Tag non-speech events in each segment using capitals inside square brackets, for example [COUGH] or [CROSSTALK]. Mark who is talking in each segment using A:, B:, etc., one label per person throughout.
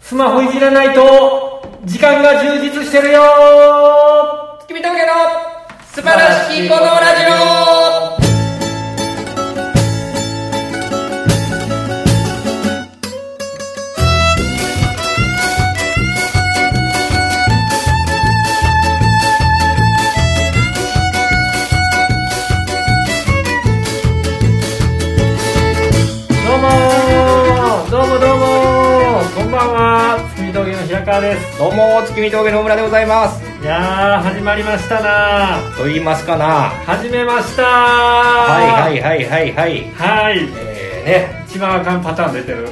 A: スマホいじらないと、時間が充実してるよー
B: 月見峠の素晴らしきこのラジオ
A: どうもーどうもどうもーこんばんは、月見峠の平川です。
B: どうも月見峠の村でございます
A: いやー、始まりましたなー
B: と言いますかな
A: 始めましたー
B: はいはい
A: い。
B: はいはいはい
A: はい。
B: え
A: 一番あかんパターン出てる。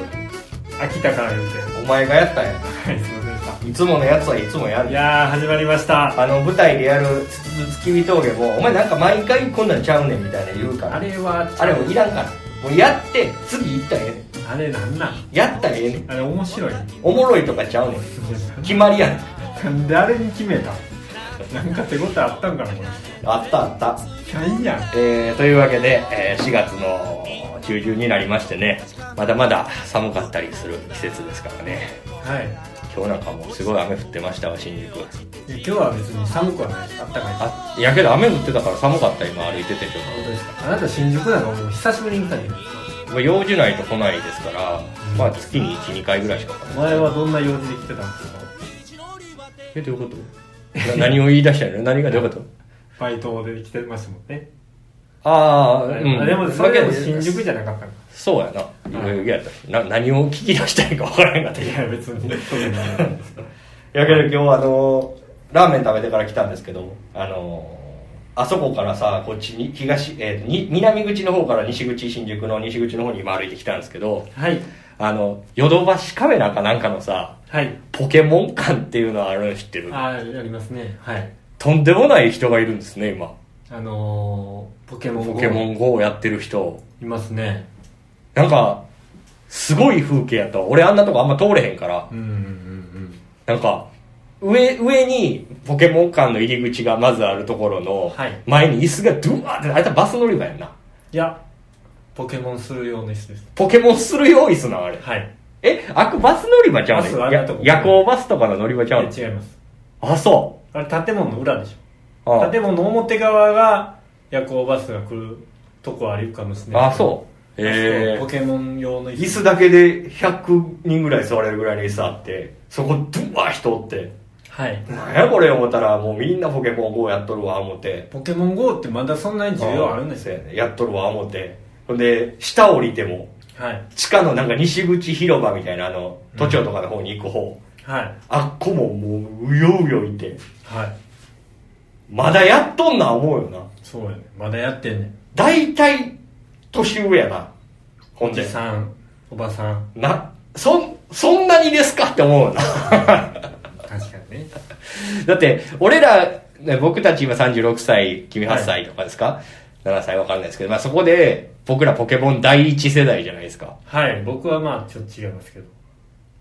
A: 飽きたから言うて。は
B: ーねお前がやったんや
A: い、すいませんでし
B: いつものやつはいつもや
A: た。い
B: る
A: やー、始まりました。
B: あの舞台でやるつ月見峠もお前なんか毎回こんなんちゃうねんみたいな言うから
A: あれは、
B: あれもういらんからもうやって次行ったらええね
A: あれなんなん
B: んやったらええねん
A: あれ面白い。
B: [LAUGHS] おもろいとかちゃうねん決まりやん
A: なんであれに決めたなんか手応えあったんかなこれ
B: あったあった
A: いやいや
B: えーというわけで、えー4月の中旬になりましてねまだまだ寒かったりする季節ですからね
A: はい
B: 今日なんかもうすごい雨降ってましたわ新宿
A: 今日は別に寒くはないあったかいあ
B: あいやけど雨降ってたから寒かった今歩いててちょ
A: 本当ですかあなた新宿なんかもう久しぶりに来たけど
B: っと用事ないと来ないですからまあ月に12回ぐらいしか来ない
A: 前はどんな用事で来てたんですか
B: えどういうこと何を言い出 [LAUGHS] したの何がどういうこと
A: バイトで来てましたもんね、
B: ああ、う
A: あ
B: ん、
A: でもそれでも
B: だけど
A: 新宿じゃなかったの
B: そうやな、余裕やったしな何を聞き出したいか分からへんかった
A: いや別にそうじゃない
B: やけど今日あのラーメン食べてから来たんですけどあのあそこからさこっちに東、えーに南口の方から西口新宿の西口の方に今歩いてきたんですけど
A: はい
B: あのヨドバシカメラかなんかのさ
A: はい
B: ポケモン館っていうのあるの知ってる
A: ああやりますねはい
B: とんでもない人がいるんですね今
A: あのー、ポケモン GO
B: ポケモン GO をやってる人
A: いますね
B: なんかすごい風景やったわ俺あんなとこあんま通れへんから
A: うんうんうん
B: なんか、上、上にポケモン館の入り口がまずあるところの
A: はい、
B: 前に椅子がドゥワーって、あれだバス乗り場やんな。
A: いやポケモンする用の椅子です
B: ポケモンする用椅子な、あれ。
A: はい
B: え、あくバス乗り場ちゃう
A: バスはあ
B: の
A: れ
B: や
A: だとこ
B: 夜行バスとかの乗り場ちゃうの
A: いや違います
B: あ、そ
A: あれ建物の裏でし
B: う。
A: ょ
B: あ
A: 建物の表側が夜行バスが来るとこありかもしれない
B: あ、そう。
A: え
B: え
A: ポケモン用の
B: 椅子だけで100人ぐらい座れるぐらいの椅子あって、そこドゥワー人おって、
A: はい
B: なんやこれ思ったら、もうみんなポケモン GO やっとるわ、思って。
A: ポケモン GO ってまだそんなに需要あるんですよ
B: そうやねやっとるわ、思って。ほんで、下降りても、
A: はい
B: 地下のなんか西口広場みたいなあの都庁とかの方に行く方、
A: はい
B: あっこももううようよいて
A: はい
B: まだやっとんな思うよな
A: そうやねまだやってんねん
B: 大体年上やなほん
A: おじ
B: で
A: さんおばさん
B: なそんそんなにですかって思うよな [LAUGHS]
A: 確かにね
B: だって俺ら、ね、僕たち今36歳君8歳とかですか、7歳わかんないですけど、まあ、そこで僕らポケモン第一世代じゃないですか
A: はい僕はまあちょっと違いますけど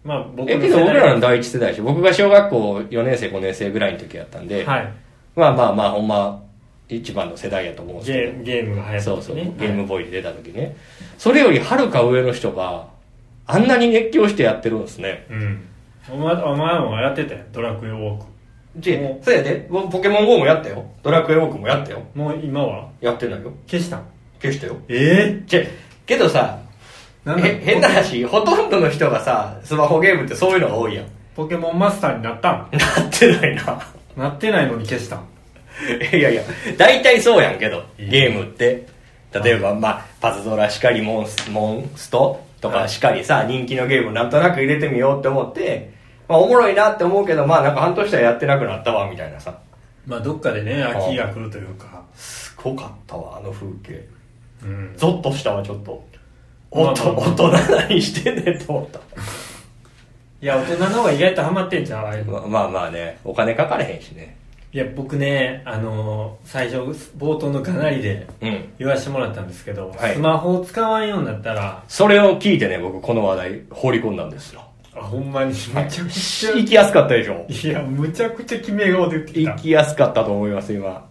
A: まあ僕
B: えけど僕らの第一世代でしょ僕が小学校4年生5年生ぐらいの時やったんで、
A: はい
B: まあまあまあほんま一番の世代やと思うんです
A: ゲ
B: けど
A: ーゲームが流行った
B: そう
A: 時
B: そうゲ
A: ね
B: ームボーイで出た時ね、それよりはるか上の人があんなに熱狂してやってるんですね
A: はいうんお前お前もやってたよドラクエウォーク
B: じ
A: お
B: そうやで僕ポケモン GO もやったよドラクエウォークもやったよ
A: もう今は
B: やってないよ
A: 消したん
B: 消したよ
A: え
B: じゃけどさ
A: えなんだ
B: へ変な話ほとんどの人がさスマホゲームってそういうのが多いやん
A: ポケモンマスターになったん
B: なってないな
A: なってないのに消したん
B: [LAUGHS] いやいや大体そうやんけどゲームって例えばまあパズドラしかりモンスモンストと
A: は
B: か
A: い
B: しかりさ人気のゲームなんとなく入れてみようって思ってまあおもろいなって思うけどまあなんか半年はやってなくなったわみたいなさ
A: まあどっかでね秋が来るというか
B: すごかったわあの風景
A: うん
B: ゾッとしたわちょっと
A: ま
B: お
A: あ
B: と
A: まあ
B: 大人何してんねんと思った
A: いや大人の方が意外とハマってんじゃんああいうの
B: ままあまあねお金かかれへんしね
A: いや僕ねあのー最初冒頭のかなりで
B: うん
A: 言わしてもらったんですけど、
B: はい
A: スマホを使わんようになったら
B: それを聞いてね僕この話題放り込んだんですよ
A: あほんまにむちゃくちゃ、
B: 行きやすかったでしょ
A: い、やむちゃくちゃ決め顔で言
B: 行
A: ってき
B: きやすかったと思います今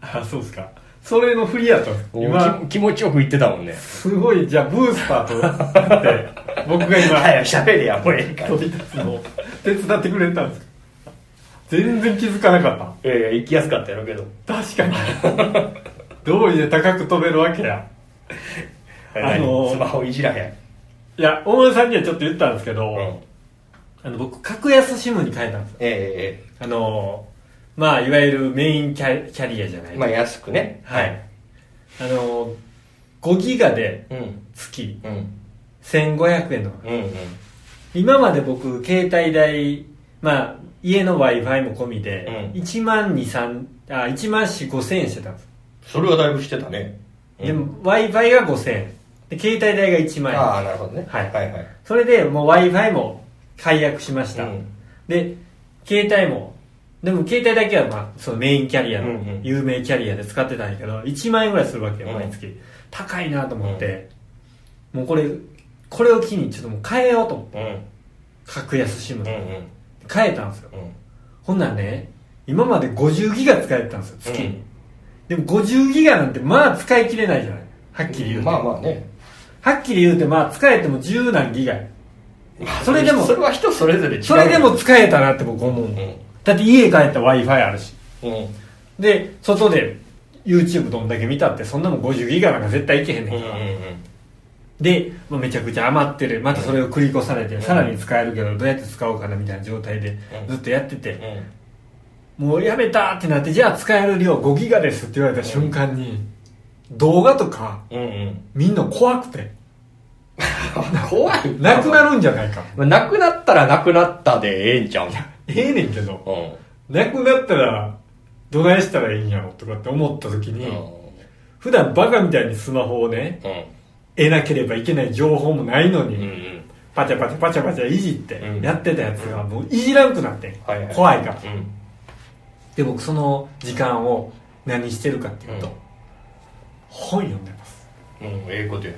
A: たあそうですかそれの振りやったんです
B: もう
A: 今
B: き気持ちよく言ってたもんね
A: すごいじゃあブースターとって僕が今
B: 早く喋れやもうええから
A: 飛び立つのを手伝ってくれたんですか全然気づかなかっ
B: いやいや行きやすかったやろうけど
A: た確かにどういで高く飛べるわけやあのー
B: スマホいじらへん
A: いや大森さんにはちょっと言ったんですけど、
B: うん
A: あの僕格安 SIM に変えたんですよ
B: ええ
A: あのーまあいわゆるメインキャキャリアじゃな
B: え
A: い、
B: えまあ安くね
A: はいあのー5ギガで
B: うん
A: 月
B: うん
A: 1500円の
B: うんうん
A: 今まで僕携帯代まあ家の w i f i も込みで、
B: うん
A: 1万2三あ1万4 5千円してたんです、
B: それはだいぶしてたねうん
A: でも w i f i が5千円で携帯代が1万円
B: ああなるほどね
A: はい
B: はいはい
A: それでもう w i f i も解約しました、
B: うん
A: で携帯もでも携帯だけは、まあ、そのメインキャリア
B: うんう
A: の
B: ん
A: 有名キャリアで使ってたんやけど1万円ぐらいするわけよ
B: うん
A: 毎月、高いなと思って、もうこれこれを機にちょっともう変えようと思って
B: うん
A: 格安シム
B: うん
A: 変えたんですよ
B: うんうん
A: ほんなんね今まで50ギガ使えてたんですよ月に、
B: うん
A: でも50ギガなんてまあ使い切れないじゃないはっきり言うて、
B: まあまあね
A: はっきり言うてまあ使えても10何ギガや
B: まあ
A: それでも
B: それは人それぞれ違う
A: それでも使えたなって僕思うの、
B: うん
A: だって家帰ったら w i f i あるし
B: うん
A: で外で YouTube どんだけ見たってそんなもん50ギガなんか絶対いけへん
B: うん
A: ね
B: うんん
A: から、
B: うん
A: で、まあ、めちゃくちゃ余ってるまたそれを繰り越されて、
B: うん
A: さらに使えるけどどうやって使おうかなみたいな状態で
B: うん
A: ずっとやってて、
B: うん
A: もうやめたってなってじゃあ使える量5ギガですって言われた瞬間に、動画とか
B: うんうん
A: みんな怖くて
B: [LAUGHS] 怖い
A: なくなるんじゃないか
B: まあなくなったらなくなったでええんちゃう
A: ええねんけど
B: うん
A: なくなったらどないしたらいいんやろとかって思った時に、
B: う
A: 普段バカみたいにスマホをね
B: ん
A: 得なければいけない情報もないのに、
B: うんうん
A: パチャパチャパチャパチャいじって
B: うん
A: やってたやつがもういじらんくなってん、
B: はいはい
A: 怖いから
B: うん
A: で僕その時間を何してるかっていうと、
B: うん
A: 本読んでます
B: うんええことや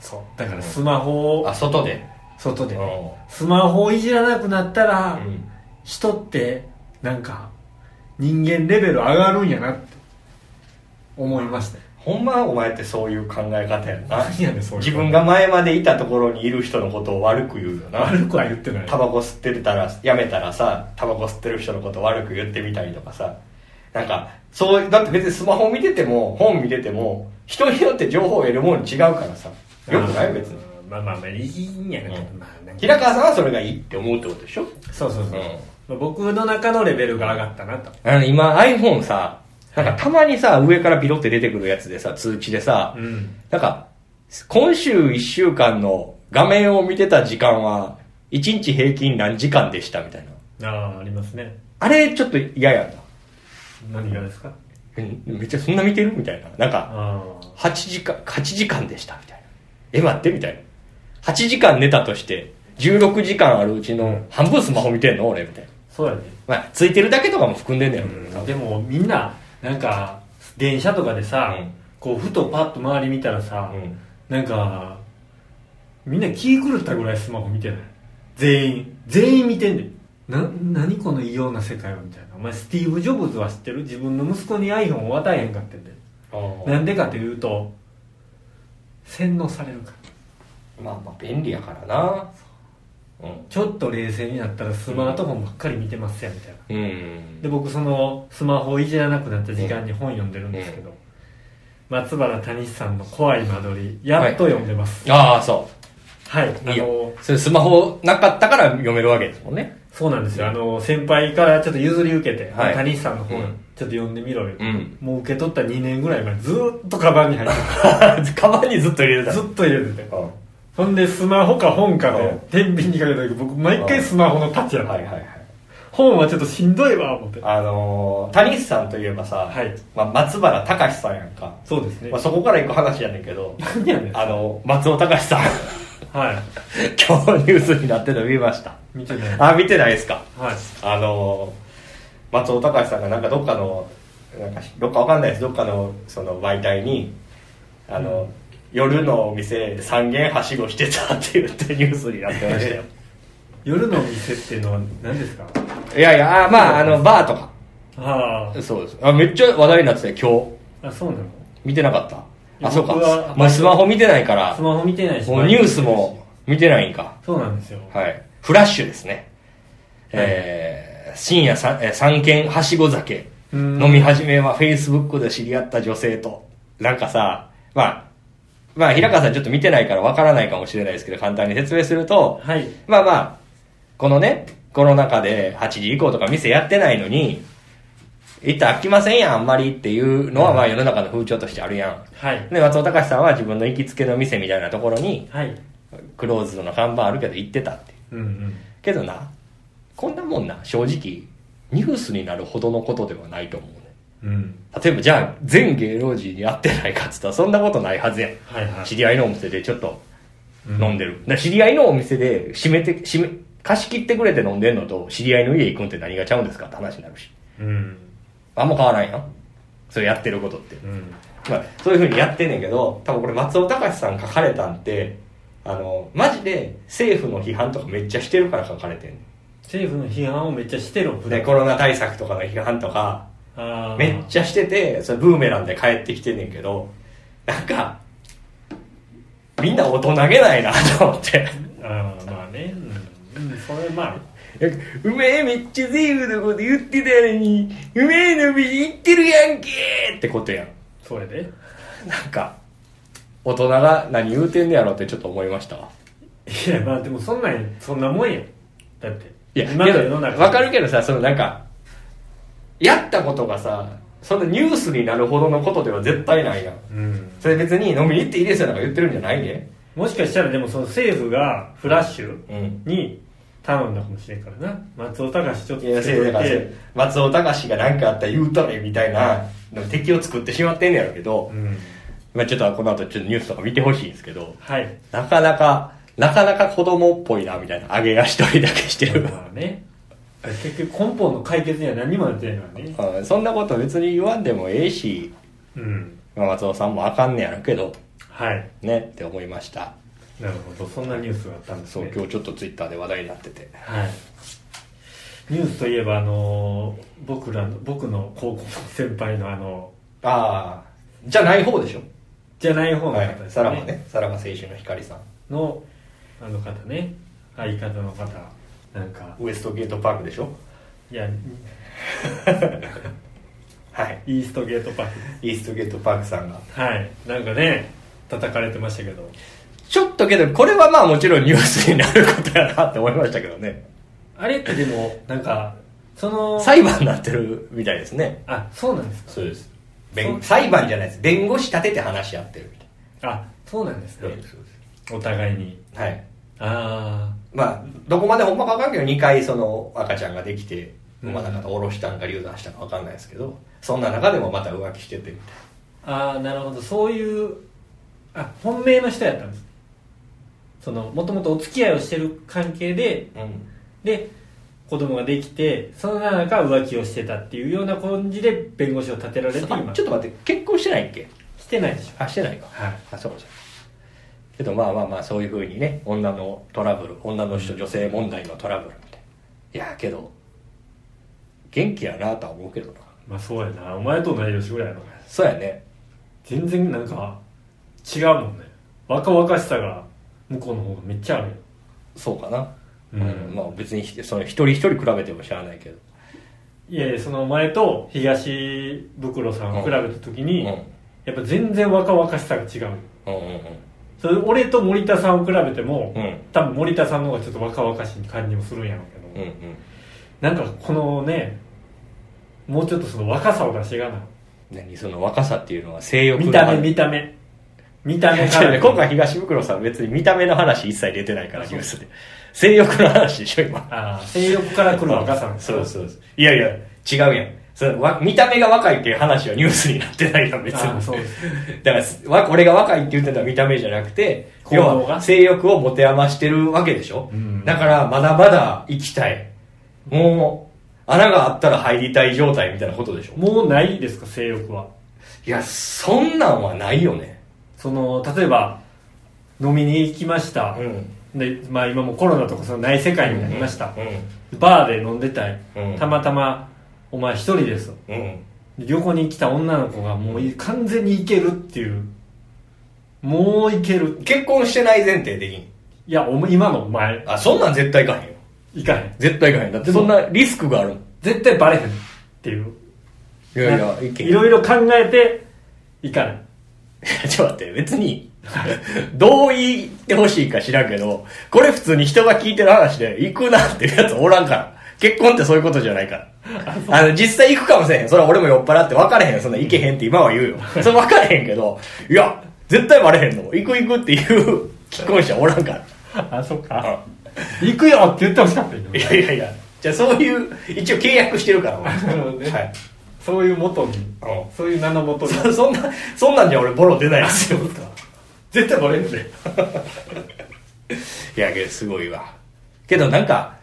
A: そうだからスマホを
B: あ外で
A: 外で
B: う
A: ね、
B: ん
A: スマホをいじらなくなったら、
B: うん
A: 人ってなんか人間レベル上がるんやなって思いましたよ
B: ほんまお前ってそういう考え方やんな
A: 何やねんそういう考え
B: 自分が前までいたところにいる人のことを悪く言うよな
A: 悪くは言ってない
B: タバコ吸ってるたらやめたらさタバコ吸ってる人のこと悪く言ってみたりとかさなんかそうだって別にスマホ見てても本見てても人によって情報を得るもん違うからさよくない別に
A: うんまあまあまあいいんやけど、
B: うん
A: まあなんか
B: 平川さんはそれがいいって思うってことでしょ
A: そうそうそう、
B: うん
A: まあ僕の中のレベルが上がったなと
B: あの今 iPhone さなんかたまにさ上からビロって出てくるやつでさ通知でさ、
A: うん
B: なんか今週1週間の画面を見てた時間は1日平均何時間でしたみたいな
A: ああありますね
B: あれちょっと嫌やな
A: 何がですか
B: えめっちゃそんな見てるみたいななんか
A: ああ
B: 8時間8時間でしたみたいなえ待ってみたいな8時間寝たとして16時間あるうちの半分スマホ見てんの俺みたいな
A: そうやね、
B: まあついてるだけとかも含んでんねやろうけど
A: でもみんななんか電車とかでさ、
B: うん
A: こうふとパッと周り見たらさ、
B: うん
A: なんかみんな気狂ったぐらいスマホ見てない全員全員見てんねんな何この異様な世界はみたいなお前スティーブ・ジョブズは知ってる自分の息子に iPhone を与えへんかってんで
B: な
A: なんでかというと洗脳されるから
B: まあまあ便利やからなうん
A: ちょっと冷静になったらスマートフォンばっかり見てますやみたいな
B: うん
A: で僕そのスマホをいじらなくなった時間に本読んでるんですけど、松原谷さんの「怖い間取り」やっと読んでます
B: ああそ
A: はい、
B: ういい
A: あの
B: よそれスマホなかったから読めるわけですもんね
A: そうなんですよあの先輩からちょっと譲り受けて、
B: はい
A: 谷さんの本、
B: うん
A: ちょっと読んでみろよ、
B: うん
A: もう受け取った2年ぐらい前ずーっとカバンに入って
B: カバンにずっと入れて
A: た
B: [LAUGHS] た
A: ずっと入れてて
B: うん
A: ほんでスマホか本か
B: う
A: で天
B: ん
A: 秤にかけた時僕毎回スマホのタッチやった、
B: はいはいはい
A: 本はちょっとしんどいわ思って
B: あのー、谷さんといえばさ、
A: はい
B: まあ、松原隆さんやんか、
A: そうです [LAUGHS] ね、
B: まあ、そこから行く話やねんけ
A: [LAUGHS]
B: ど
A: 何やねん
B: あの松尾隆さん [LAUGHS]
A: はい
B: 今日のニュースになってるの見ました
A: 見てないは
B: あ見てないですか
A: い
B: あのー、松尾隆さんがなんかどっかのなんかどっかわかんないですどっかのその媒体にあの、夜のお店で三軒はしごしてたって言ってニュースになってましたよ
A: 夜のお店っていうのは何ですか
B: [LAUGHS] いやいやあまああのバーとか
A: あ
B: そうですあめっちゃ話題になってたよ
A: あ
B: 今日
A: あそうなの
B: 見てなかったあそう
A: 僕は
B: かもうスマホ見てないから
A: スマホ見てないし
B: もうニュースも見てないんか。
A: そうなんですよ。
B: はい。フラッシュですね。えー深夜さ、えー三軒はしご酒。
A: うん
B: 飲み始めは Facebook で知り合った女性と。なんかさ、まあ、まあ、平川さんちょっと見てないからわからないかもしれないですけど、簡単に説明すると、
A: はい。
B: まあまあ、このね、コロナ禍で8時以降とか店やってないのに、行ったら飽きませんやん、あんまりっていうのは、まあ世の中の風潮としてあるやん。
A: はい。
B: で、松尾隆さんは自分の行きつけの店みたいなところに、
A: はい。
B: クローズドの看板あるけど行ってたって。
A: うんうん。
B: けどな、こんなもんな、正直、ニュースになるほどのことではないと思うね。
A: うん。
B: 例えばじゃあ、全芸能人に会ってないかっつったら、そんなことないはずやん。
A: はいはい。
B: 知り合いのお店でちょっと
A: う
B: 飲んでる。だから知り合いのお店で閉めて、閉め、貸し切ってくれて飲んでんのと、知り合いの家行くんって何がちゃうんですかって話になるし。
A: うん。
B: あんま変わらんやん。それやってることって。
A: うん。
B: まあ、そういう風にやってんねんけど、多分これ松尾隆さん書かれたんって、あの、マジで政府の批判とかめっちゃしてるから書かれてんね
A: 政府の批判をめっちゃしてる
B: ん。で、コロナ対策とかの批判とか、
A: あー
B: めっちゃしてて、それブーメランで帰ってきてんねんけど、なんか、みんな大人げないなと思って。
A: あーまあね、うん、うん、それまあ
B: うめえめっちゃ全部のこと言ってたのに、うめえのび言ってるやんけーってことやん。
A: それで
B: なんか、大人が何言うてんねやろってちょっと思いましたわ。
A: いやまあでもそんなんそんなもんやだって
B: いや、
A: 今の世の
B: け
A: 中
B: どわかるけどさ、そのなんか、やったことがさ、そのニュースになるほどのことでは絶対ないやん。
A: うん
B: それ別に飲みに行っていいですよなんか言ってるんじゃないで。
A: もしかしたらでもその政府がフラッシュ
B: うん。
A: に頼んだかもしれんからな松尾隆ちょっと
B: いや、せいだから
A: て
B: 松尾隆が何かあったら言うたれみたいな、敵を作ってしまってんねやろうけど、
A: うん
B: まあちょっとこの後ちょっとニュースとか見てほしいんですけど、
A: はい
B: なかなか、なかなか子供っぽいな、みたいな。上げ足取りだけしてる。
A: まあね結局根本の解決には何もなってないからね
B: うん [LAUGHS] そんなこと別に言わんでもええし、
A: うん
B: まあ松尾さんもあかんねやろけど、
A: はい
B: ね、って思いました。
A: なるほどそんなニュースがあったんです
B: そう、
A: ね
B: 今日ちょっとツイッターで話題になってて。
A: はい、ニュースといえばあのー僕らの僕の高校の先輩のあの
B: ああ、じゃない方でしょ。
A: じゃない方の方
B: は
A: です
B: い。
A: ね
B: さらばね、さらば青春の光さん。
A: のあの方ね相方の方なんか
B: ウエストゲートパークでしょ。
A: い [LAUGHS] や
B: はい。
A: イーストゲートパーク
B: イーストゲートパークさんが。
A: はいなんかね叩かれてましたけど
B: ちょっとけど、これはまあもちろんニュースになることやなって思いましたけどね。
A: あれってでもなんかその
B: 裁判になってるみたいですね。
A: あそうなんですか
B: そうです
A: そう
B: 弁裁判じゃないです弁護士立てて話し合ってるみたい
A: あそうなんです
B: な
A: ねお互いに
B: はい
A: あ
B: まあどこまでほんまか分かんないけど2回その赤ちゃんができて産まなかった下ろしたんか流産したか分かんないですけどそんな中でもまた浮気しててみたい
A: ーあーなるほどそういうあ本命の人やったんですそのもともとお付き合いをしてる関係で
B: な、
A: で子供ができてその中浮気をしてたっていうような感じで弁護士を立てられて
B: あ
A: 今
B: ちょっと待って結婚してないっけ
A: してないでしょ
B: あしてないか
A: はい
B: あそうかそうかけどまあまあまあそういうふうにね女のトラブル女の人女性問題のトラブルみたいないやけど元気やなとは思うけどな
A: まあそうやなお前と同い年ぐらいやろ
B: そうやね
A: 全然なんか違うもんね若々しさが向こうの方がめっちゃあるよ
B: そうかな、
A: うん
B: まあ別にひその一人一人比べても知らないけど、
A: いやいやそのお前と東袋さんを比べた時
B: う
A: に、
B: ん、うん
A: やっぱ全然若々しさが違う
B: うん
A: それ俺と森田さんを比べても、
B: うんうん
A: 多分森田さんの方がちょっと若々しい感じもするんやろうけど、
B: うん
A: なんかこのねもうちょっとその若さを出していかな
B: 何その若さっていうのは性欲の
A: 見た目
B: 話
A: 見た目見た目か
B: 違う
A: ら
B: ね今回東袋さん別に見た目の話一切出てないから
A: あ
B: ニ
A: そう
B: ュースで性欲の話でしょ今
A: ああ性欲から来る若さなんです
B: そうですそうですいやいや違うやんそれわ見た目が若いっていう話はニュースになってないやん別
A: あ
B: に
A: そうです
B: だからすわ俺が若いって言ってたのは見た目じゃなくて
A: 行
B: 要
A: 動が
B: は性欲を持て余してるわけでしょ、
A: うん
B: だからまだまだ生きたいもう穴があったら入りたい状態みたいなことでしょ
A: もうないですか性欲はい
B: やそんなんはないよね
A: その例えば飲みに行きました、
B: ん
A: でまあ今もコロナとかそのない世界になりました
B: う、ん
A: バーで飲んでたい、
B: うん
A: たまたま「お前一人です」
B: うん
A: 旅行に来た女の子がもうい完全に行けるっていうもう行ける
B: 結婚してない前提でいい
A: いやお前今のお前
B: あそんなん絶対いかへんよ
A: いかへん
B: 絶対いかへんだってそんなリスクがあるもん
A: 絶対バレへんっていう
B: いやいや意見
A: いろいろ考えていかない
B: [LAUGHS] ちょっと待って、別に、どう言ってほしいか知らんけど、これ普通に人が聞いてる話で、行くなんてやつおらんから。結婚ってそういうことじゃないから。あの、実際行くかもしれへん。それは俺も酔っ払って分かれへんよ。そんな行けへんって今は言うよ。それ分かれへんけど、いや、絶対バレへんの。行く行くっていう [LAUGHS] 既婚者おらんから。
A: あそっか行くよって言ってほしかった
B: [LAUGHS] い
A: け
B: やい
A: [LAUGHS]
B: やいや、じゃあそういう、一応契約してるから、俺
A: どなるほどね、
B: はい
A: そういう元に
B: うん
A: そういう名の元に
B: そそんな、そんなんじゃ俺ボロ出ないですよ。
A: 絶対バレへんで
B: いやけどすごいわけどなんか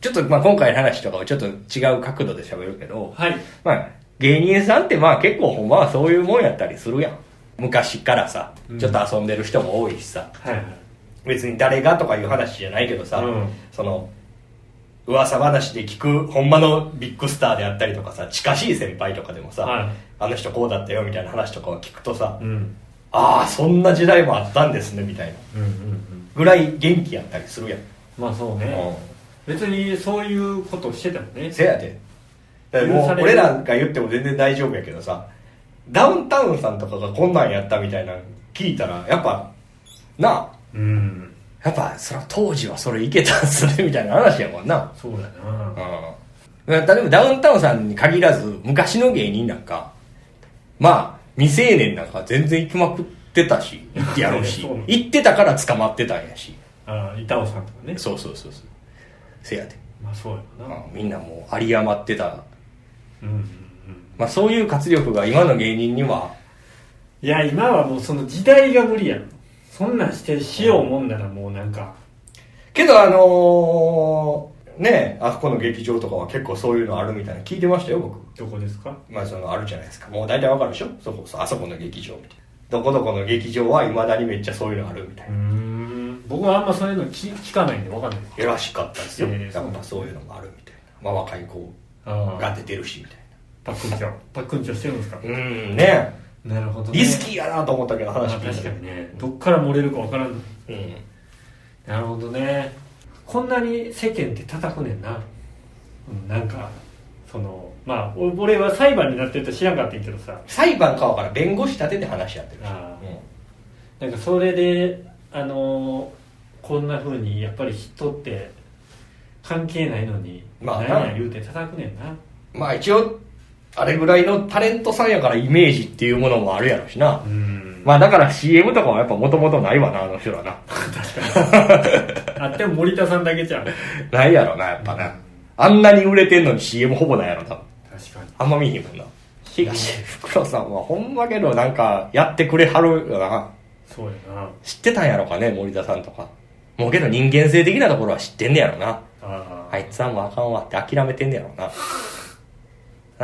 B: ちょっとまあ今回の話とかをちょっと違う角度で喋るけど、
A: はい
B: まあ芸人さんってまあ結構ほんまはそういうもんやったりするやん昔からさ
A: うん
B: ちょっと遊んでる人も多いしさ、
A: はいはい
B: 別に誰がとかいう話じゃないけどさ、
A: うん
B: その噂話で聞くほんまのビッグスターであったりとかさ近しい先輩とかでもさ、
A: はい
B: あの人こうだったよみたいな話とかを聞くとさ、
A: うん
B: ああそんな時代もあったんですねみたいな
A: うんうんうん
B: ぐらい元気やったりするやん、
A: まあそう
B: うん
A: ね別にそういうことしてたもんね
B: せやでだからも
A: 許さ
B: う
A: れる
B: 俺らが言っても全然大丈夫やけどさダウンタウンさんとかがこんなんやったみたいなの聞いたらやっぱなあ
A: うん
B: やっぱその当時はそれいけたんすねみたいな話やもんな
A: そうだ
B: う
A: なん
B: 例えばダウンタウンさんに限らず昔の芸人なんかまあ未成年なんか全然行きまくってたし行ってやろう
A: [LAUGHS]
B: し
A: そう
B: 行ってたから捕まってたんやし
A: ああ板尾さんとかね
B: そうそうそうそうせやで、
A: まあそうや
B: う
A: ろなん
B: みんなもう有り余ってた
A: うんうんうん
B: まあ、そういう活力が今の芸人には、
A: いや今はもうその時代が無理やろそんなんしてしようもんならもうなんか
B: けどあのーねえあそこの劇場とかは結構そういうのあるみたいな聞いてましたよ僕
A: どこですか
B: まあそのあるじゃないですかもう大体わかるでしょそこそあそこの劇場みたいなどこどこの劇場はいまだにめっちゃそういうのあるみたいうな、
A: ん僕はあんまそういうの聞聞かないんで分かんない
B: よらしかったですよ、
A: ええ
B: やっぱそういうのがあるみたいな、まあ、若い子
A: あ
B: が出てるしみたい
A: パックンチョパックンチョしてるんですか
B: なうんね
A: なるほど、ね、
B: リスキーやなと思ったけど
A: あ
B: 話聞い
A: 確
B: て
A: かにねどっから漏れるか分からん
B: うん
A: なるほどねこんなに世間って叩くねんな、うん、なんかそのまあお俺は裁判になってると知らんかったんやけどさ
B: 裁判かわからん弁護士立てて話し合ってるし
A: あーなんかそれであのーこんなふうにやっぱり人って関係ないのに、
B: まあな
A: 何や言うて叩くねんな
B: うんまあ一応あれぐらいのタレントさんやからイメージっていうものもあるやろしな、
A: うん
B: まあだから CM とかはやっぱもともとないわな、あの人らな。 [LAUGHS]
A: あっても森田さんだけじゃん確
B: ないやろな、やっぱな。あんなに売れてんのに CM ほぼないやろな。
A: かに
B: あんま見えへんもんな。東袋さんはほんまけどなんかやってくれはるよな。
A: そうやな
B: 知ってたんやろかね、森田さんとか。もうけど人間性的なところは知ってんねやろな。
A: あ
B: あいつはもうあかんわって諦めてんねやろな。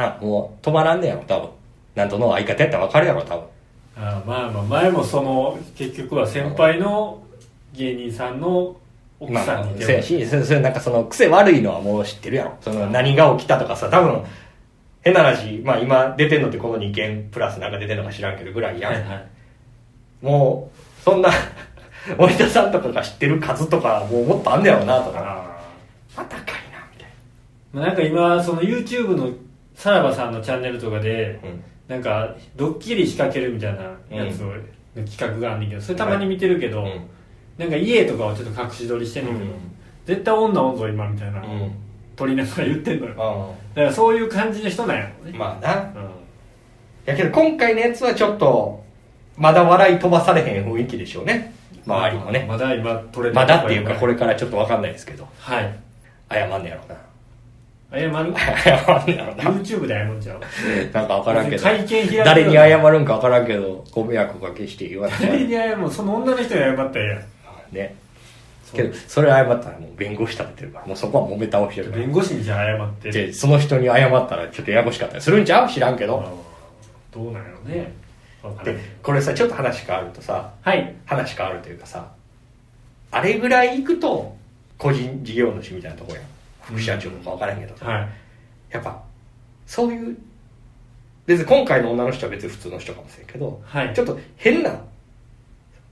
B: なあ、もう止まらんねやろ、多分。なんとの相方やったらわかるやろ、多分。
A: ああまあまあ前もその結局は先輩の芸人さんの奥
B: ま
A: さ
B: あ
A: んに、
B: せやし、それ、なんかその癖悪いのはもう知ってるやろ。その何が起きたとかさ、多分、変な話、まあ今出てんのってこの2件プラスなんか出てんのか知らんけどぐらいやん。
A: はいはい
B: もう、そんな、 [LAUGHS] 森田さんとかが知ってる数とか、もうもっとあんねやろうなと
A: あ
B: か。
A: あ
B: またかいな、みたい
A: まあなんか今その YouTube のさらばさんのチャンネルとかでな
B: な。うん。
A: んかドッキリ仕掛けるみたいなやつを、企画があんねんけどそれたまに見てるけど、
B: うん
A: なんか家とかはちょっと隠し撮りしてんねんけど、
B: うん
A: 絶対女おんぞ今みたいな、
B: うん。
A: 撮りながら言ってんのよだ
B: あ
A: からそういう感じの人なんやろう
B: あ
A: ね、
B: まあな。
A: うん
B: やけど今回のやつはちょっと、まだ笑い飛ばされへん雰囲気でしょうね。周りもね。
A: まだ今撮れてる
B: まだっていうかこれからちょっとわかんないですけど。
A: はい
B: 謝んねやろうな。
A: 謝る
B: 謝んねやろうな。
A: YouTube で謝っち
B: [LAUGHS]
A: ゃう
B: なんか分からんけど
A: 会見開くよ
B: 誰に謝るんか分からんけどご迷惑おかけして言われ
A: 誰に
B: て
A: 謝るその女の人に謝ったらえ
B: ね
A: え
B: け
A: や
B: どそれ謝ったらもう弁護士立ててるからもうそこは揉め倒してる
A: ん
B: か
A: 弁
B: ら
A: 護士にじゃあ謝って
B: でその人に謝ったらちょっとややこしかったりするんちゃう知らんけ
A: あ
B: ど
A: ーどうなんやろねわから
B: で
A: ん
B: これさちょっと話変わるとさ
A: はい
B: 話変わるというかさあれぐらい行くと個人事業主みたいなとこやん副社長とか分からんけどさ、
A: はい
B: やっぱそういう別に今回の女の人は別に普通の人かもしれんけど、
A: はい
B: ちょっと変な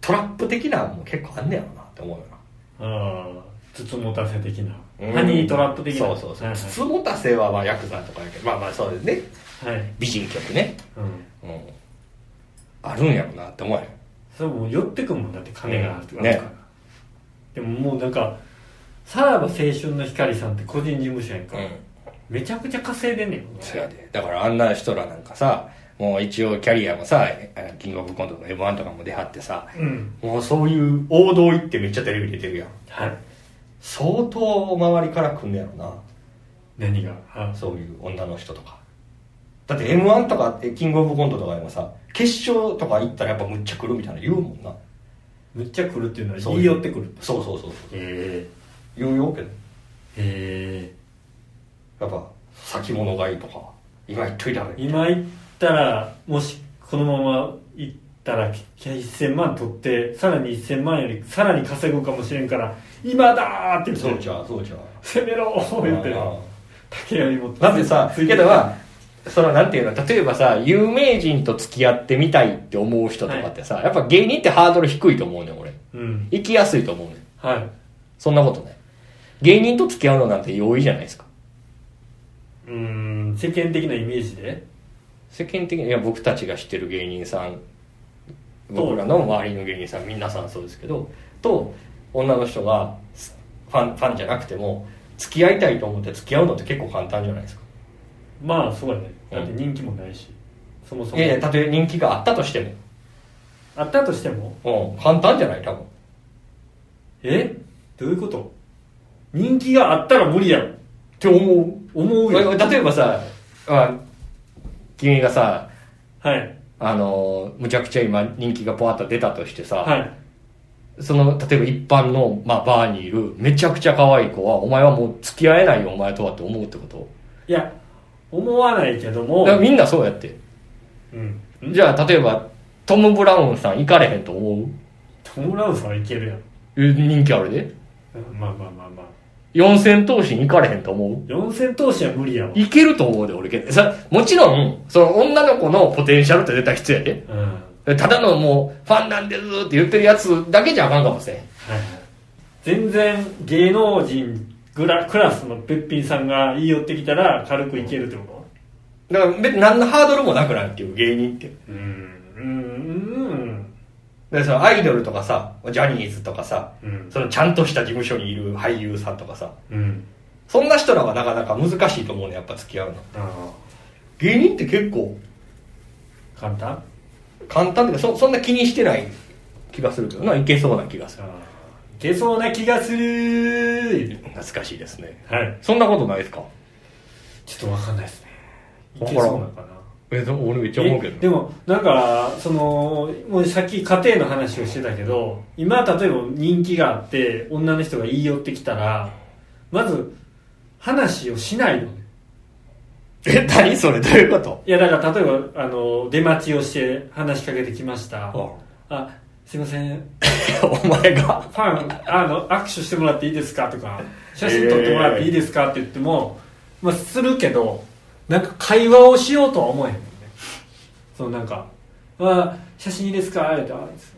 B: トラップ的なのも結構あんねやろなって思うよな
A: あつつもたせ的な、
B: うん
A: ハニートラップ的な
B: そうそうそう
A: はい
B: つつもたせはまあヤクザとかやけどまあまあそうです
A: は
B: ね
A: い、はい
B: 美人曲ね
A: うん、
B: うんあるんやろなって思わへん
A: それもう寄ってくもんだって金があるから、
B: ね
A: でももうなんかさらば青春の光さんって個人事務所やんか、
B: うん
A: めちゃくちゃ稼いでんねん
B: そやでだからあんな人らなんかさもう一応キャリアもさあのキングオブコントの m 1とかも出はってさ
A: うん
B: もうそういう王道行ってめっちゃテレビ出てるやん
A: はい
B: 相当周りから来んねやろな
A: 何があ
B: そういう女の人とかだって m 1とかってキングオブコントとかでもさ決勝とか行ったらやっぱむっちゃ来るみたいな言うもんな
A: むっちゃ来るっていうのは
B: そう
A: 言い寄ってくるって
B: そうそうそうそう
A: へ
B: 言うよけど
A: えへ
B: やっぱ先物がいいとか今言っといたら
A: え今行ったらもしこのまま行ったら1000万取ってさらに1000万よりさらに稼ぐかもしれんから今だーって
B: そ
A: 言っ
B: う
A: て
B: じゃうそうじゃう
A: 攻めろー言って
B: ああ
A: 竹槍持って
B: だってさ、
A: つい
B: け
A: て
B: どは、そのなんていうの、例えばさ、有名人と付き合ってみたいって思う人とかってさ、やっぱ芸人ってハードル低いと思うねん、俺。
A: うん
B: 行きやすいと思うねん。
A: はい
B: そんなことない。芸人と付き合うのなんて容易じゃないですか。
A: うーん世間的なイメージで
B: 世間的に、いや、僕たちが知ってる芸人さん、僕らの周りの芸人さん、皆さんそうですけど、と、女の人がすファン、ファンじゃなくても、付き合いたいと思って付き合うのって結構簡単じゃないですか。
A: まあそうやね
B: うん
A: だって人気もないし、そもそ
B: い
A: も
B: やいや、たとえ人気があったとして
A: あったとしても
B: も、うん、簡単じゃない多分。
A: えどういうこと人気があったら無理やろ
B: って思う
A: 思うよ
B: 例えばさ、あ、君がさ
A: はい
B: あのむちゃくちゃ今人気がポワッと出たとしてさ、
A: はい
B: その例えば一般の、まあ、バーにいるめちゃくちゃ可愛い子はお前はもう付き合えないよお前とはって思うってこと
A: いや思わないけども
B: だからみんなそうやって
A: うんん
B: じゃあ例えばトム・ブラウンさん行かれへんと思う
A: トム・ラウンさんはいけるやん
B: え人気あるで
A: うんまあまあまあまあ
B: 四千頭身行かれへんと思う
A: 四千頭身は無理やわ
B: いけると思うで俺けどさもちろんその女の子のポテンシャルって絶対必要やで
A: うんは
B: ただのもう、ファンなんですって言ってるやつだけじゃあかんかもしれん。
A: いはい全然芸能人グラクラスのべっぴんさんが言い寄ってきたら軽くいけるってこ
B: だから別に何のハードルもなくないっていう芸人って。だ
A: とうんうん
B: からそのアイドルとかさ、ジャニーズとかさ、
A: うん
B: そのちゃんとした事務所にいる俳優さんとかさ、
A: うん
B: そんな人らはなかなか難しいと思うね、やっぱ付き合うの。
A: ああ
B: 芸人って結構
A: 簡単あ
B: 簡単でそ、そんな気にしてない気がするけどな、いけそうな気がする。
A: あいけそうな気がする
B: 懐かしいですね。
A: はい
B: そんなことないですか
A: ちょっとわかんないですねい
B: わか
A: け
B: らん
A: そうなのかな
B: え、でも [LAUGHS] 俺めっちゃ思うけ
A: え
B: ど。
A: でもなんかそのもうさっき家庭の話をしてたけど今例えば人気があって女の人が言い寄ってきたらまず話をしないのね
B: え、何それどういうこと
A: いやだから例えばあの出待ちをして話しかけてきましたあすいません
B: [LAUGHS] お前が。
A: ファンあの握手してもらっていいですかとか写真撮ってもらっていいですかって言っても、まあ、するけどなんか会話をしようとは思えへんもんねそのなんか「あ写真いいですか?」って「あいいですよ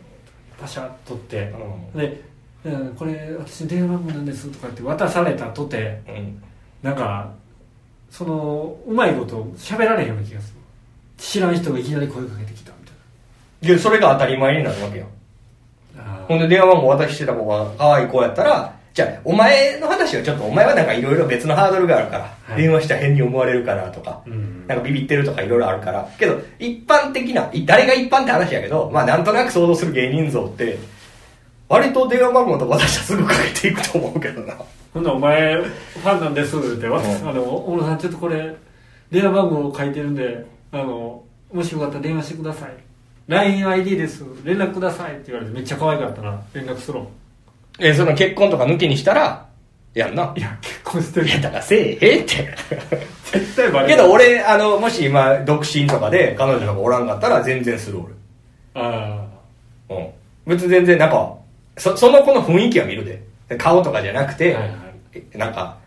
A: パシャッと撮ってで「うんこれ私の電話番号なんです」とかって渡されたとて
B: うん。
A: なんかそのうまいこと喋られへんような気がする知らん人がいきなり声かけてきたみたい
B: で、それが当たり前になるわけよ。
A: なあー
B: ほんで電話番号渡してた子が可愛い子やったら、じゃあ、お前の話はちょっと、お前はなんかいろいろ別のハードルがあるから、
A: はい
B: 電話したら変に思われるかなとか、
A: うん
B: なんかビビってるとかいろいろあるから、けど、一般的な、い誰が一般って話やけど、まあなんとなく想像する芸人像って、割と電話番号とか渡したらすぐかけていくと思うけどな。
A: ほんならお前ファンなんですって、わ
B: うん
A: あの小野さんちょっとこれ電話番号を書いてるんであのもしよかったら電話してください LINEID です連絡くださいって言われてめっちゃ可愛かったな連絡する
B: [LAUGHS] え、その結婚とか抜きにしたら、やんな。
A: いや結婚してる
B: いや、だからせえへん [LAUGHS] って。
A: 絶対バレ
B: け
A: る
B: ど俺、あの、もし今、独身とかで彼女とかおらんかったら全然する俺。
A: あ
B: うん。別に全然なんか、そその子の雰囲気は見るで。顔とかじゃなくて、
A: はいは
B: えなんか、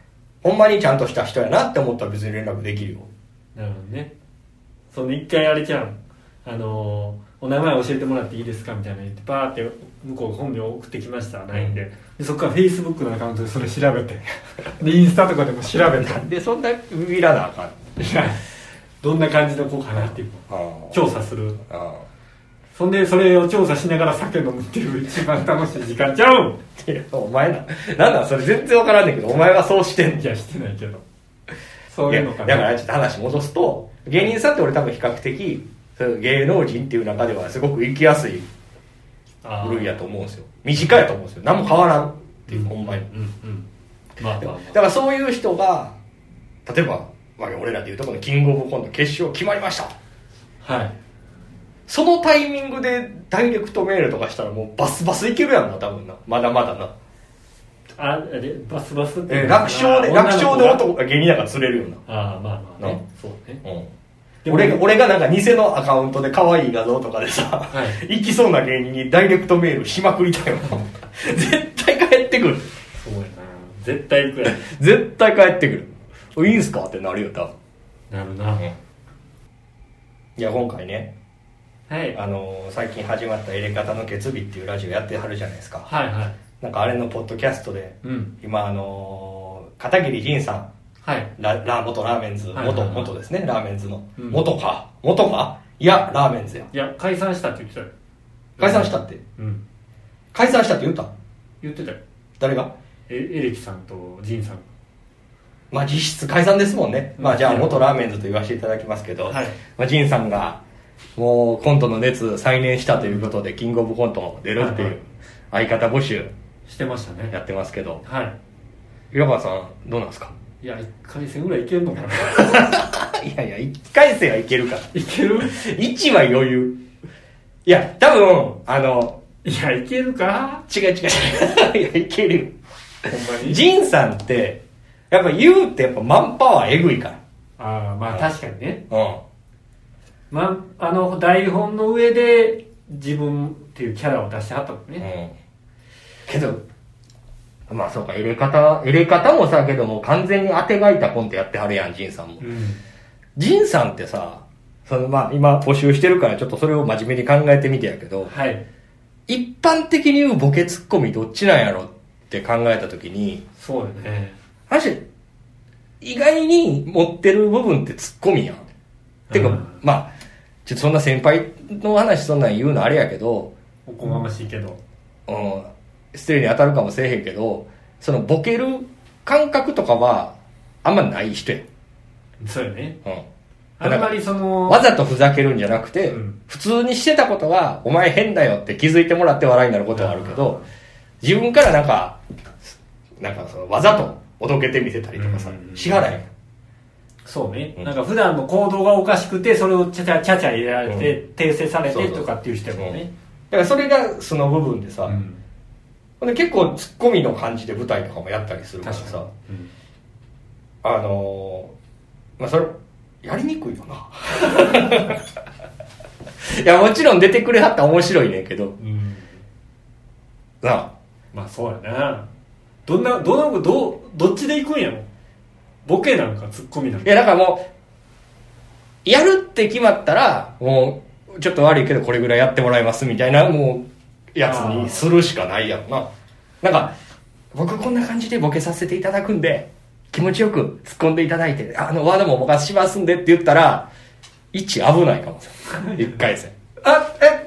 B: ほんまにちゃんとした人やなって思ったら別に連絡できるよ。
A: あなるほどねその一回あれじゃんあのーお名前教えてもらっていいですかみたいな言ってパーって向こう本名送ってきましたないんででそこからフェイスブックのアカウントでそれ調べてでインスタとかでも調べて
B: でそんなビビらなあかん
A: [LAUGHS] どんな感じの子かなっていう
B: あ
A: 調査する
B: あ
A: そんでそれを調査しながら酒飲むっていう一番楽しい時間ちゃうん
B: いやお前ななんだそれ全然わからんねんけどお前はそうしてんねん
A: いやしてないけどそう
B: い
A: い
B: や
A: うのか
B: だ
A: な
B: からちょっと話戻すと芸人さんって俺多分比較的そういう芸能人っていう中ではすごく生きやすい
A: あー
B: 類やと思うんですよ短いと思うんですよ何も変わらんっていう、ほんまに
A: うんうんまあまあま
B: だからそういう人が例えば、まあ、俺らでいうとこのキングオブコント決勝決まりました
A: あはい
B: そのタイミングでダイレクトメールとかしたらもうバスバスいけるやんな多分なまだまだな、
A: あでバスバスって
B: えー楽勝で
A: あー
B: 楽勝で
A: 女の子が
B: 男が芸人なんか釣れるよ
A: ああまあまあ
B: な
A: ねそうね
B: うな、うん
A: でも
B: 俺が俺がなんか偽のアカウントで可愛い画像とかでさ、
A: は
B: 行きそうな芸人にダイレクトメールしまくりたいもん [LAUGHS] 絶対帰ってくる
A: そうやな絶対行くやん
B: 絶対帰ってくるいいんすかってなるよ多
A: [LAUGHS] なるな、
B: 分いや今回ね
A: はいはい
B: あのー最近始まった「入れ方の決日」っていうラジオやってはるじゃないですか
A: はい
B: なんかあれのポッドキャストで
A: うん
B: 今あのー片桐仁さん
A: はい
B: ララ元ラーメンズ
A: は
B: 元、
A: いはいはい
B: 元ですねラーメンズの、
A: うん
B: 元か元かいやラーメンズや
A: いや解散したって言ってたよ
B: 解散したって
A: うん
B: 解散したって言った
A: 言ってたよ
B: 誰が
A: えエレキさんとジンさん
B: まあ実質解散ですもんね、
A: うん
B: まあじゃあ元ラーメンズと言わせていただきますけど、
A: はい
B: まあ、ジンさんがもうコントの熱再燃したということでキングオブコント出るってい
A: はいう
B: 相方募集
A: してましたね
B: やってますけど
A: はい
B: 岩川さんどうなんですか [LAUGHS]
A: いや1回戦ぐらいいけるのかな [LAUGHS]
B: いやいや1回戦はいけるから
A: いける
B: 1は余裕いや多分あの
A: いやいけるか
B: 違う違う [LAUGHS] いやいけるよ
A: ほんまに
B: ジンさんってやっぱ言うってやっぱマンパワーえぐいから
A: ああまあ確かにね
B: うん
A: まああの台本の上で自分っていうキャラを出してはったもんね、
B: けどまあそうか入れ方入れ方もさけどもう完全に当てがいたコントやってはるやん仁さんも
A: うん
B: 仁さんってさそのまあ今募集してるからちょっとそれを真面目に考えてみてやけど
A: はい
B: 一般的に言うボケツッコミどっちなんやろって考えた時に
A: そうだね
B: 話意外に持ってる部分ってツッコミやんてか、
A: うん
B: まあちょっとそんな先輩の話そんなん言うのあれやけど
A: おこがましいけど
B: うん、失礼に当たるかもせえへんけど、そのボケる感覚とかは、あんまない人や。
A: そうよね
B: うん。
A: あんまりその
B: わざとふざけるんじゃなくて、
A: うん
B: 普通にしてたことは、お前変だよって気づいてもらって笑いになることはあるけど、自分からなんか、なんかそのわざとおどけてみせたりとかさ
A: うんうんう、ん
B: しはらへん。
A: そうね、
B: うん
A: なんか普段の行動がおかしくてそれをちゃちゃちゃちゃ入れられて、
B: う
A: 訂正され
B: そう
A: て
B: そう
A: とかっていう人もね
B: だからそれがその部分でさ、
A: うん
B: ほんで結構ツッコミの感じで舞台とかもやったりするから
A: 確か
B: さ、
A: に、うん
B: あのーまあそれやりにくいよ
A: [LAUGHS]
B: ないやもちろん出てくれはったら面白いねんけど
A: うん
B: なあ
A: まあそうやなどんなどのどうどっちで行くんやろボケなんかツッコミなん
B: い
A: か
B: やだからもうやるって決まったらもうちょっと悪いけどこれぐらいやってもらいますみたいなもうやつにするしかないやろななんか僕こんな感じでボケさせていただくんで気持ちよく突っ込んでいただいてあのワードもお任せしますんでって言ったら一危ないかもしれ
A: [LAUGHS]
B: ない1回戦あえ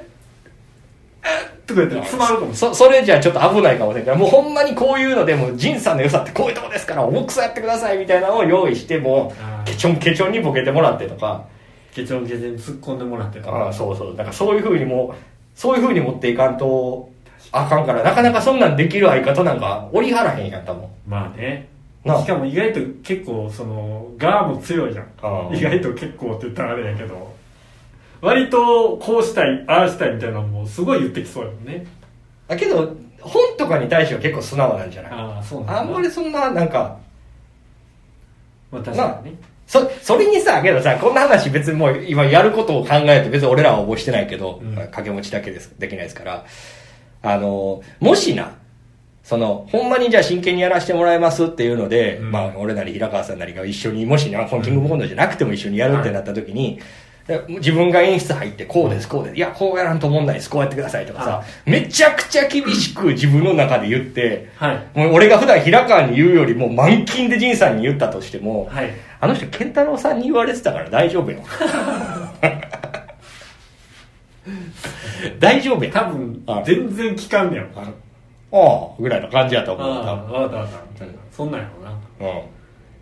A: とか言ったら詰まるかもし
B: そそれじゃちょっと危ないかもしれないもうほんまにこういうのでもう仁さんの良さってこういうとこですから重くそやってくださいみたいなのを用意しても
A: あー
B: うケチョンケチョンにボケてもらってとか
A: れんケチョンケチョン突っ込んでもらってた
B: あーそうそうだからそういうふうにもうそういうふうに持っていかんとあかんからなかなかそんなんできる相方なんかおりはらへんやったもん
A: まあね
B: なあ
A: しかも意外と結構そのガーも強いじゃ
B: あ
A: ん
B: ー
A: 意外と結構って言ったらあれやけど割とこうしたいああしたいみたいなのもすごい言ってきそうやもんね
B: だけど本とかに対しては結構素直なんじゃない
A: ああそうなんだ
B: あんまりそんななんか
A: まあ確かにね
B: そそれにさけどさこんな話別にもう今やることを考えて別に俺らは応募してないけど、
A: うん
B: 掛け持ちだけですできないですからあのもしなそのほんまにじゃあ真剣にやらせてもらいますっていうので、
A: うん
B: まあ俺なり平川さんなりが一緒にもしなこのキングオブコントじゃなくても一緒にやるってなった時に、で自分が演出入ってこうですこうですいやこうやらんと思んないですこうやってくださいとかさめちゃくちゃ厳しく自分の中で言って、
A: はい
B: もう俺が普段平川に言うよりも満金で仁さんに言ったとしても、
A: はい
B: あの人健太郎さんに言われてたから大丈夫よ大丈夫
A: 多
B: や
A: 分
B: あ
A: 全然聞かんねやろ
B: あああぐらいの感じやと思う
A: ああ
B: 多
A: わかったわかったみたいなそんなんやろうな
B: 分、うん、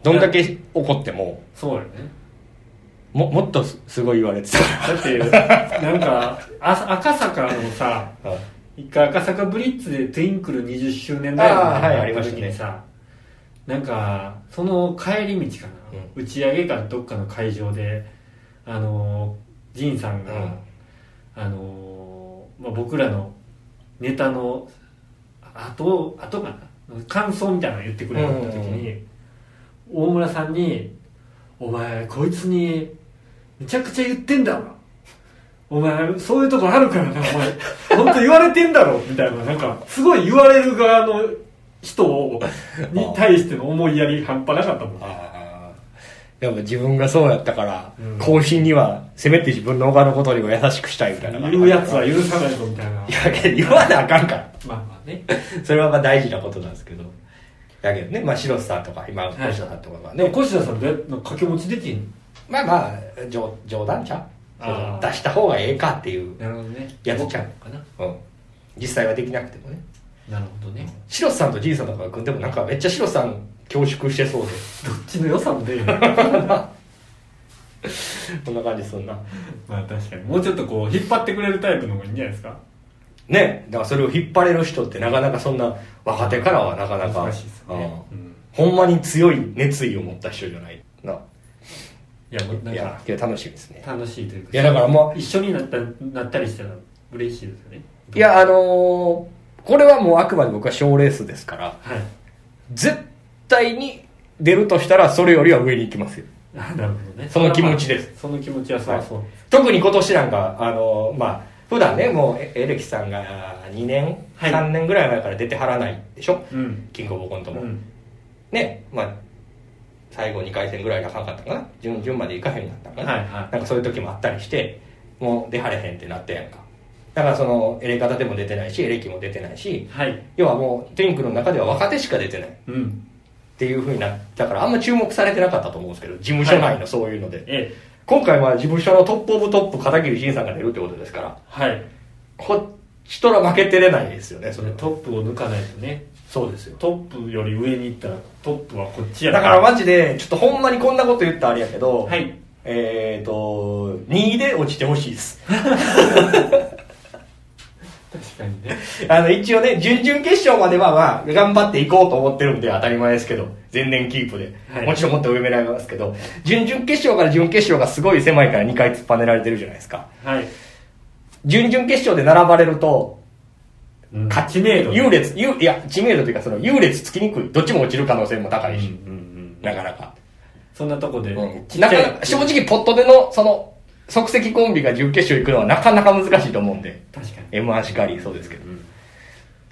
B: どんだけ怒っても
A: そうやね
B: ももっとすすごい言われてたか
A: だってなんかあ赤坂のさ
B: ら、うん
A: 一回赤坂ブリッツでトゥインクル20周年ライブ
B: あーはい
A: が
B: ありましたね
A: にさなんかその帰り道かな、打ち上げかどっかの会場であのージンさんが、
B: うん
A: あのーまあ、僕らのネタのあとあとかな感想みたいなの言ってくれた時に、大村さんに「お前こいつにめちゃくちゃ言ってんだろお前そういうとこあるからなお前本当言われてんだろ」みたいななんかすごい言われる側の人をに対しての思いやり半端なかったもん
B: ああやっぱ自分がそうやったから、
A: うん
B: 後進にはせめて自分の他のことにも優しくしたいみたいな
A: 言うやつは許さないぞみたいない
B: やけど言わなあかんから
A: まあまあね
B: それはまあ大事なことなんですけどだけどねまあ白瀬さんとか今吉田さんとかがね、
A: でも越田さんどうやって掛け持ちできん
B: まあまあ冗冗談ちゃ
A: あ
B: う
A: ー
B: 出した方がええかっていう、
A: なるほどね
B: やっちゃうの
A: かな
B: うん、実際はできなくてもね
A: なるほどね
B: 白瀬さんとじいさんとかが組んでもなんかめっちゃ白瀬さん恐縮してそうで
A: どっちの良さも出る
B: こんな感じそんな
A: まあ確かにもうちょっとこう引っ張ってくれるタイプの方がいいんじゃないですか
B: ねだからそれを引っ張れる人ってなかなかそんな若手からはなかなか
A: 難しいですね
B: う
A: うんん
B: ほんまに強い熱意を持った人じゃないない
A: やもうないんか
B: やけど楽しみですね
A: 楽しいというか
B: いやだからもう
A: 一緒になったなったりしたら嬉しいですよね
B: いやあのーこれはもうあくまで僕は賞レースですから
A: はい
B: 絶対に出るとしたらそれよりは上に行きますよ
A: あなるほどね
B: その気持ちです
A: その気持ちはそうそう、
B: 特に今年なんかあのーまあ普段ねもうエエレキさんが2年、
A: はい
B: 3年ぐらい前から出てはらないでしょ
A: うん
B: キングオブコント
A: う
B: も、
A: ん
B: ねまあ最後2回戦ぐらいがあかんかったかな順順までいかへんかったかな、
A: はいはい
B: なんかそういう時もあったりしてもう出はれへんってなったやんかだからそのエレ方でも出てないしエレキも出てないし
A: はい
B: 要はもうテンクの中では若手しか出てないっ
A: うん
B: ていうふうになったからあんま注目されてなかったと思うんですけど事務所内のそういうので、
A: ええ
B: 今回は事務所のトップオブトップ片桐仁さんが出るってことですから
A: はい
B: こっちとら負けてれないですよねそ
A: そ
B: れ
A: れ
B: は
A: トップを抜かないとね
B: そうですよ
A: トップより上に行ったらトップはこっちや
B: だからマジでちょっとほんまにこんなこと言ったらあれやけど、
A: はい
B: えっ、と2位で落ちてほしいです [LAUGHS]
A: 確かにね
B: あの、一応ね、準々決勝まではまあ、頑張っていこうと思ってるんで当たり前ですけど、前年キープで。
A: はい
B: もちろんもっと上められますけど、準々決勝から準決勝がすごい狭いから2回突っぱねられてるじゃないですか。
A: はい、
B: 準々決勝で並ばれると、
A: うん、勝ちねえ
B: 優劣、優いや、知名度というかその優劣つきにくい。どっちも落ちる可能性も高いし、
A: うんうん
B: なかなか。
A: そんなとこで、ちっち
B: な
A: ゃ
B: か
A: い
B: なか、正直ポットでの、その、即席コンビが準決勝行くのはなかなか難しいと思うんで。
A: 確かに
B: M1 しかりそうですけど。
A: ん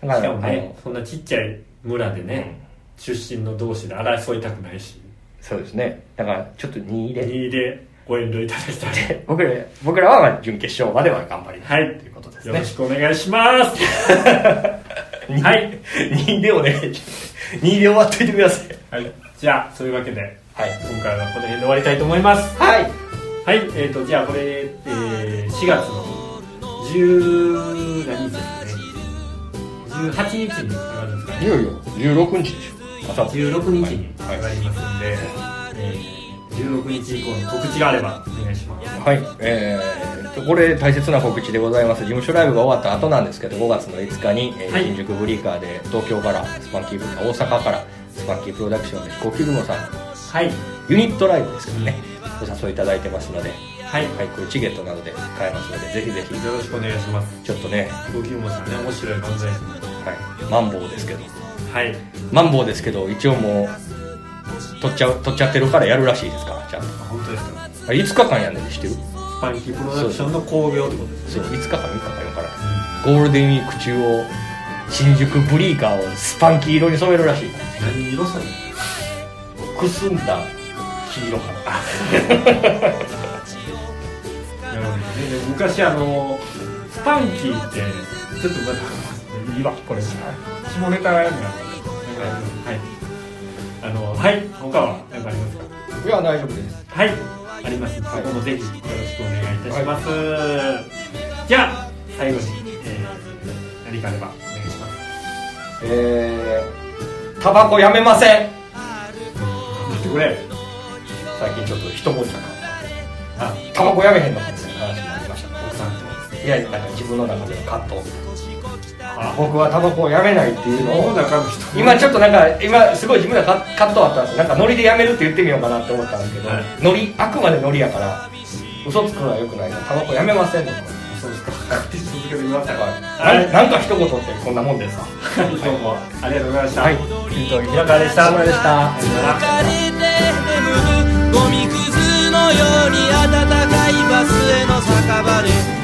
B: だか、
A: しからも
B: あの
A: ねそんなちっちゃい村でね、出身の同士で争いたくないし
B: そうですね。だから、ちょっと2位で。
A: 2位でご遠慮いただきたい
B: 僕ら、僕らはまあ準決勝までは頑張ります。
A: はい
B: ということです
A: よろ
B: ね。
A: しくお願いしますはい。
B: 2位でお願いします。2位で終わっといてください。
A: はいじゃあそういうわけで
B: はい。
A: 今回はこの辺で終わりたいと思います
B: はい。
A: はいえー、とじゃあこれ、えー、4月の10何日ですね18日に上がるんですかね
B: いよいよ、16日でしょ。あさって。
A: 16日に上がりますんで、えー、16日以降の告知があればお願いします
B: はい、えー、これ大切な告知でございます事務所ライブが終わった後なんですけど5月の5日に、えー
A: はい
B: 新宿ブリーカーで東京からスパンキープ大阪からスパンキープロダクションで飛行機雲さんの
A: はい
B: ユニットライブですけどねお誘いいただいてますので、
A: はいよ
B: はい、これチゲットなどで買えますのでぜひぜひ
A: ろしくお願いします
B: ちょっとね、
A: ごきもさんね面白い漫才師なんで
B: はい、マンボウですけど
A: はい
B: マンボウですけど一応もう取っちゃう取っちゃってるからやるらしいですからちゃんと
A: あ本当ですか
B: あれ5日間やんねんで知ってる
A: スパンキープロダクションの興行ってことです
B: そう5日間3日間よからゴールデンウィーク中を新宿ブリーカーをスパンキー色に染めるらしい
A: 何色それ
B: くすんだ黄色かな
A: ねでも昔あのスパンキーってちょっとまだいいわこれ下ネタがやるんだはいあのはい他は何かありますか
B: いや大丈夫です
A: はいありますそこもぜひよろしくお願いいたします、じゃあ最後に、えー何かあればお願いします
B: えー、タバコやめません
A: 待ってくれ
B: 最近ちょっと人もいたから
A: あ
B: タバコやめへんのかっていう話もありました
A: 奥さんと
B: いやなんか自分の中での葛藤
A: あ
B: 僕はタバコをやめないっていうの
A: 世の
B: を
A: 中の人
B: 今ちょっとなんか今すごい自分らか葛藤あったんですよなんかノリでやめるって言ってみようかなって思ったんですけど、
A: はい
B: ノリあくまでノリやから嘘つくのはよくないなタバコやめませんとか
A: そうですか勝手に続けてみましたか
B: な
A: はい
B: んなんか一言ってこんなもんでさ
A: どうもありがとうございました、
B: はい伊藤平川でしたでした
C: 疲れて眠るゴミくずのように暖かいバスへの酒場で